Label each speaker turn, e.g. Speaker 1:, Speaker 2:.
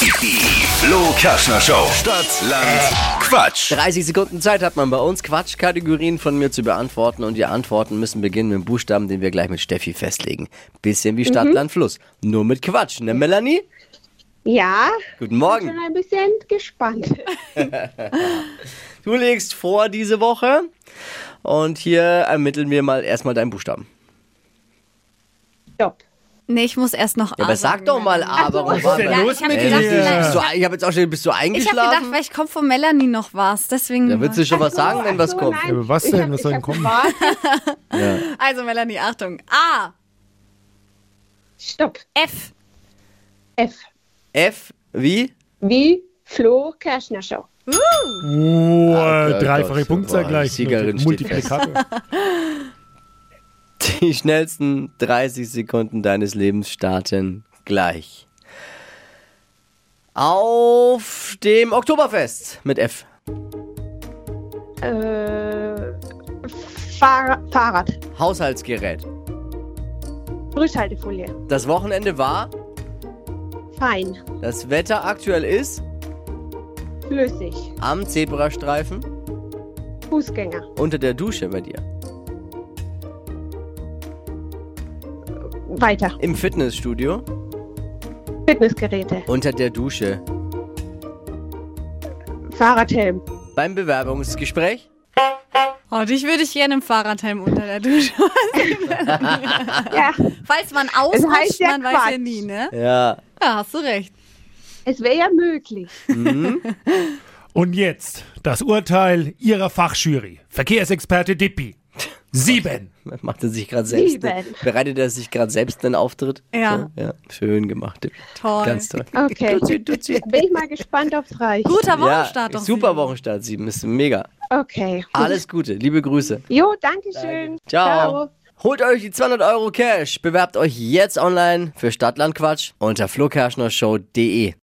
Speaker 1: Die Flo Kaschner Show. Stadt, Land, Quatsch.
Speaker 2: 30 Sekunden Zeit hat man bei uns, Quatschkategorien von mir zu beantworten. Und die Antworten müssen beginnen mit dem Buchstaben, den wir gleich mit Steffi festlegen. Bisschen wie Stadt, Land, Fluss. Nur mit Quatsch, ne, Melanie?
Speaker 3: Ja,
Speaker 2: Guten Morgen.
Speaker 3: schon ein bisschen gespannt.
Speaker 2: Du legst vor diese Woche. Und hier ermitteln wir mal erstmal deinen Buchstaben.
Speaker 3: Stopp.
Speaker 4: Nee, ich muss erst noch.
Speaker 2: Ja, aber sag doch mal aber. Was
Speaker 4: Ja, ich habe
Speaker 2: Ey, Äh,
Speaker 4: gedacht,
Speaker 2: bist
Speaker 4: vielleicht-
Speaker 2: du, ich habe jetzt auch schon, bist du
Speaker 4: ich hab gedacht,
Speaker 2: eingeschlafen?
Speaker 4: vielleicht kommt von Melanie noch was. Deswegen.
Speaker 2: Da willst du schon was sagen, wenn was
Speaker 3: Ach Also, so,
Speaker 2: kommt.
Speaker 3: nein,
Speaker 5: Ja, aber was
Speaker 3: ich
Speaker 5: denn?
Speaker 3: hab-
Speaker 5: Was
Speaker 3: ich
Speaker 5: soll
Speaker 3: hab
Speaker 5: denn kommen?
Speaker 3: gewartet.
Speaker 4: also, Melanie, Achtung. A,
Speaker 3: Stopp.
Speaker 4: F,
Speaker 3: F.
Speaker 2: F wie?
Speaker 3: Wie Flo Kerschner Show.
Speaker 5: Oh,
Speaker 2: Ah, Gott,
Speaker 5: dreifache
Speaker 2: Gott,
Speaker 5: Punktzahl
Speaker 2: boah,
Speaker 5: gleich.
Speaker 2: Siegerin steht
Speaker 5: Multiplikator.
Speaker 2: Die schnellsten 30 Sekunden deines Lebens starten gleich. Auf dem Oktoberfest mit F.
Speaker 3: Äh, Fahr Fahrrad.
Speaker 2: Haushaltsgerät.
Speaker 3: Rückhaltefolie.
Speaker 2: Das Wochenende war,
Speaker 3: Fein.
Speaker 2: das Wetter aktuell ist
Speaker 3: Flüssig.
Speaker 2: am Zebrastreifen
Speaker 3: Fußgänger.
Speaker 2: unter der Dusche bei dir.
Speaker 3: Weiter.
Speaker 2: Im Fitnessstudio
Speaker 3: Fitnessgeräte.
Speaker 2: unter der Dusche.
Speaker 3: Fahrradhelm.
Speaker 2: Beim Bewerbungsgespräch
Speaker 4: Oh, dich würde ich gerne im Fahrradhelm unter der Dusche.
Speaker 3: Ja,
Speaker 4: Falls man ausrutscht,
Speaker 3: heißt ja
Speaker 4: man weiß ja
Speaker 3: Quatsch.
Speaker 4: nie, ne?
Speaker 2: Ja.
Speaker 4: Ja, hast du recht.
Speaker 3: es wäre ja möglich.
Speaker 5: Und jetzt das Urteil Ihrer Fachjury. Verkehrsexperte Dippi. Sieben.
Speaker 2: Macht er sich gerade selbst.
Speaker 3: Lieben.
Speaker 2: Bereitet er sich gerade selbst einen Auftritt?
Speaker 4: Ja.
Speaker 2: So, ja. Schön gemacht.
Speaker 4: Toll.
Speaker 2: Ganz toll.
Speaker 3: Okay.
Speaker 2: Duzi, duzi.
Speaker 3: Bin ich mal gespannt aufs Reich.
Speaker 4: Guter
Speaker 2: Ja,
Speaker 4: Wochenstart doch.
Speaker 2: super
Speaker 4: Sie.
Speaker 2: Wochenstart 7. Ist mega.
Speaker 3: Okay.
Speaker 2: Alles Gute. Liebe Grüße.
Speaker 3: Jo, danke schön.
Speaker 2: Ciao. Holt euch die 200 Euro Cash. Bewerbt euch jetzt online für Stadtlandquatsch unter flokerschnershow.de.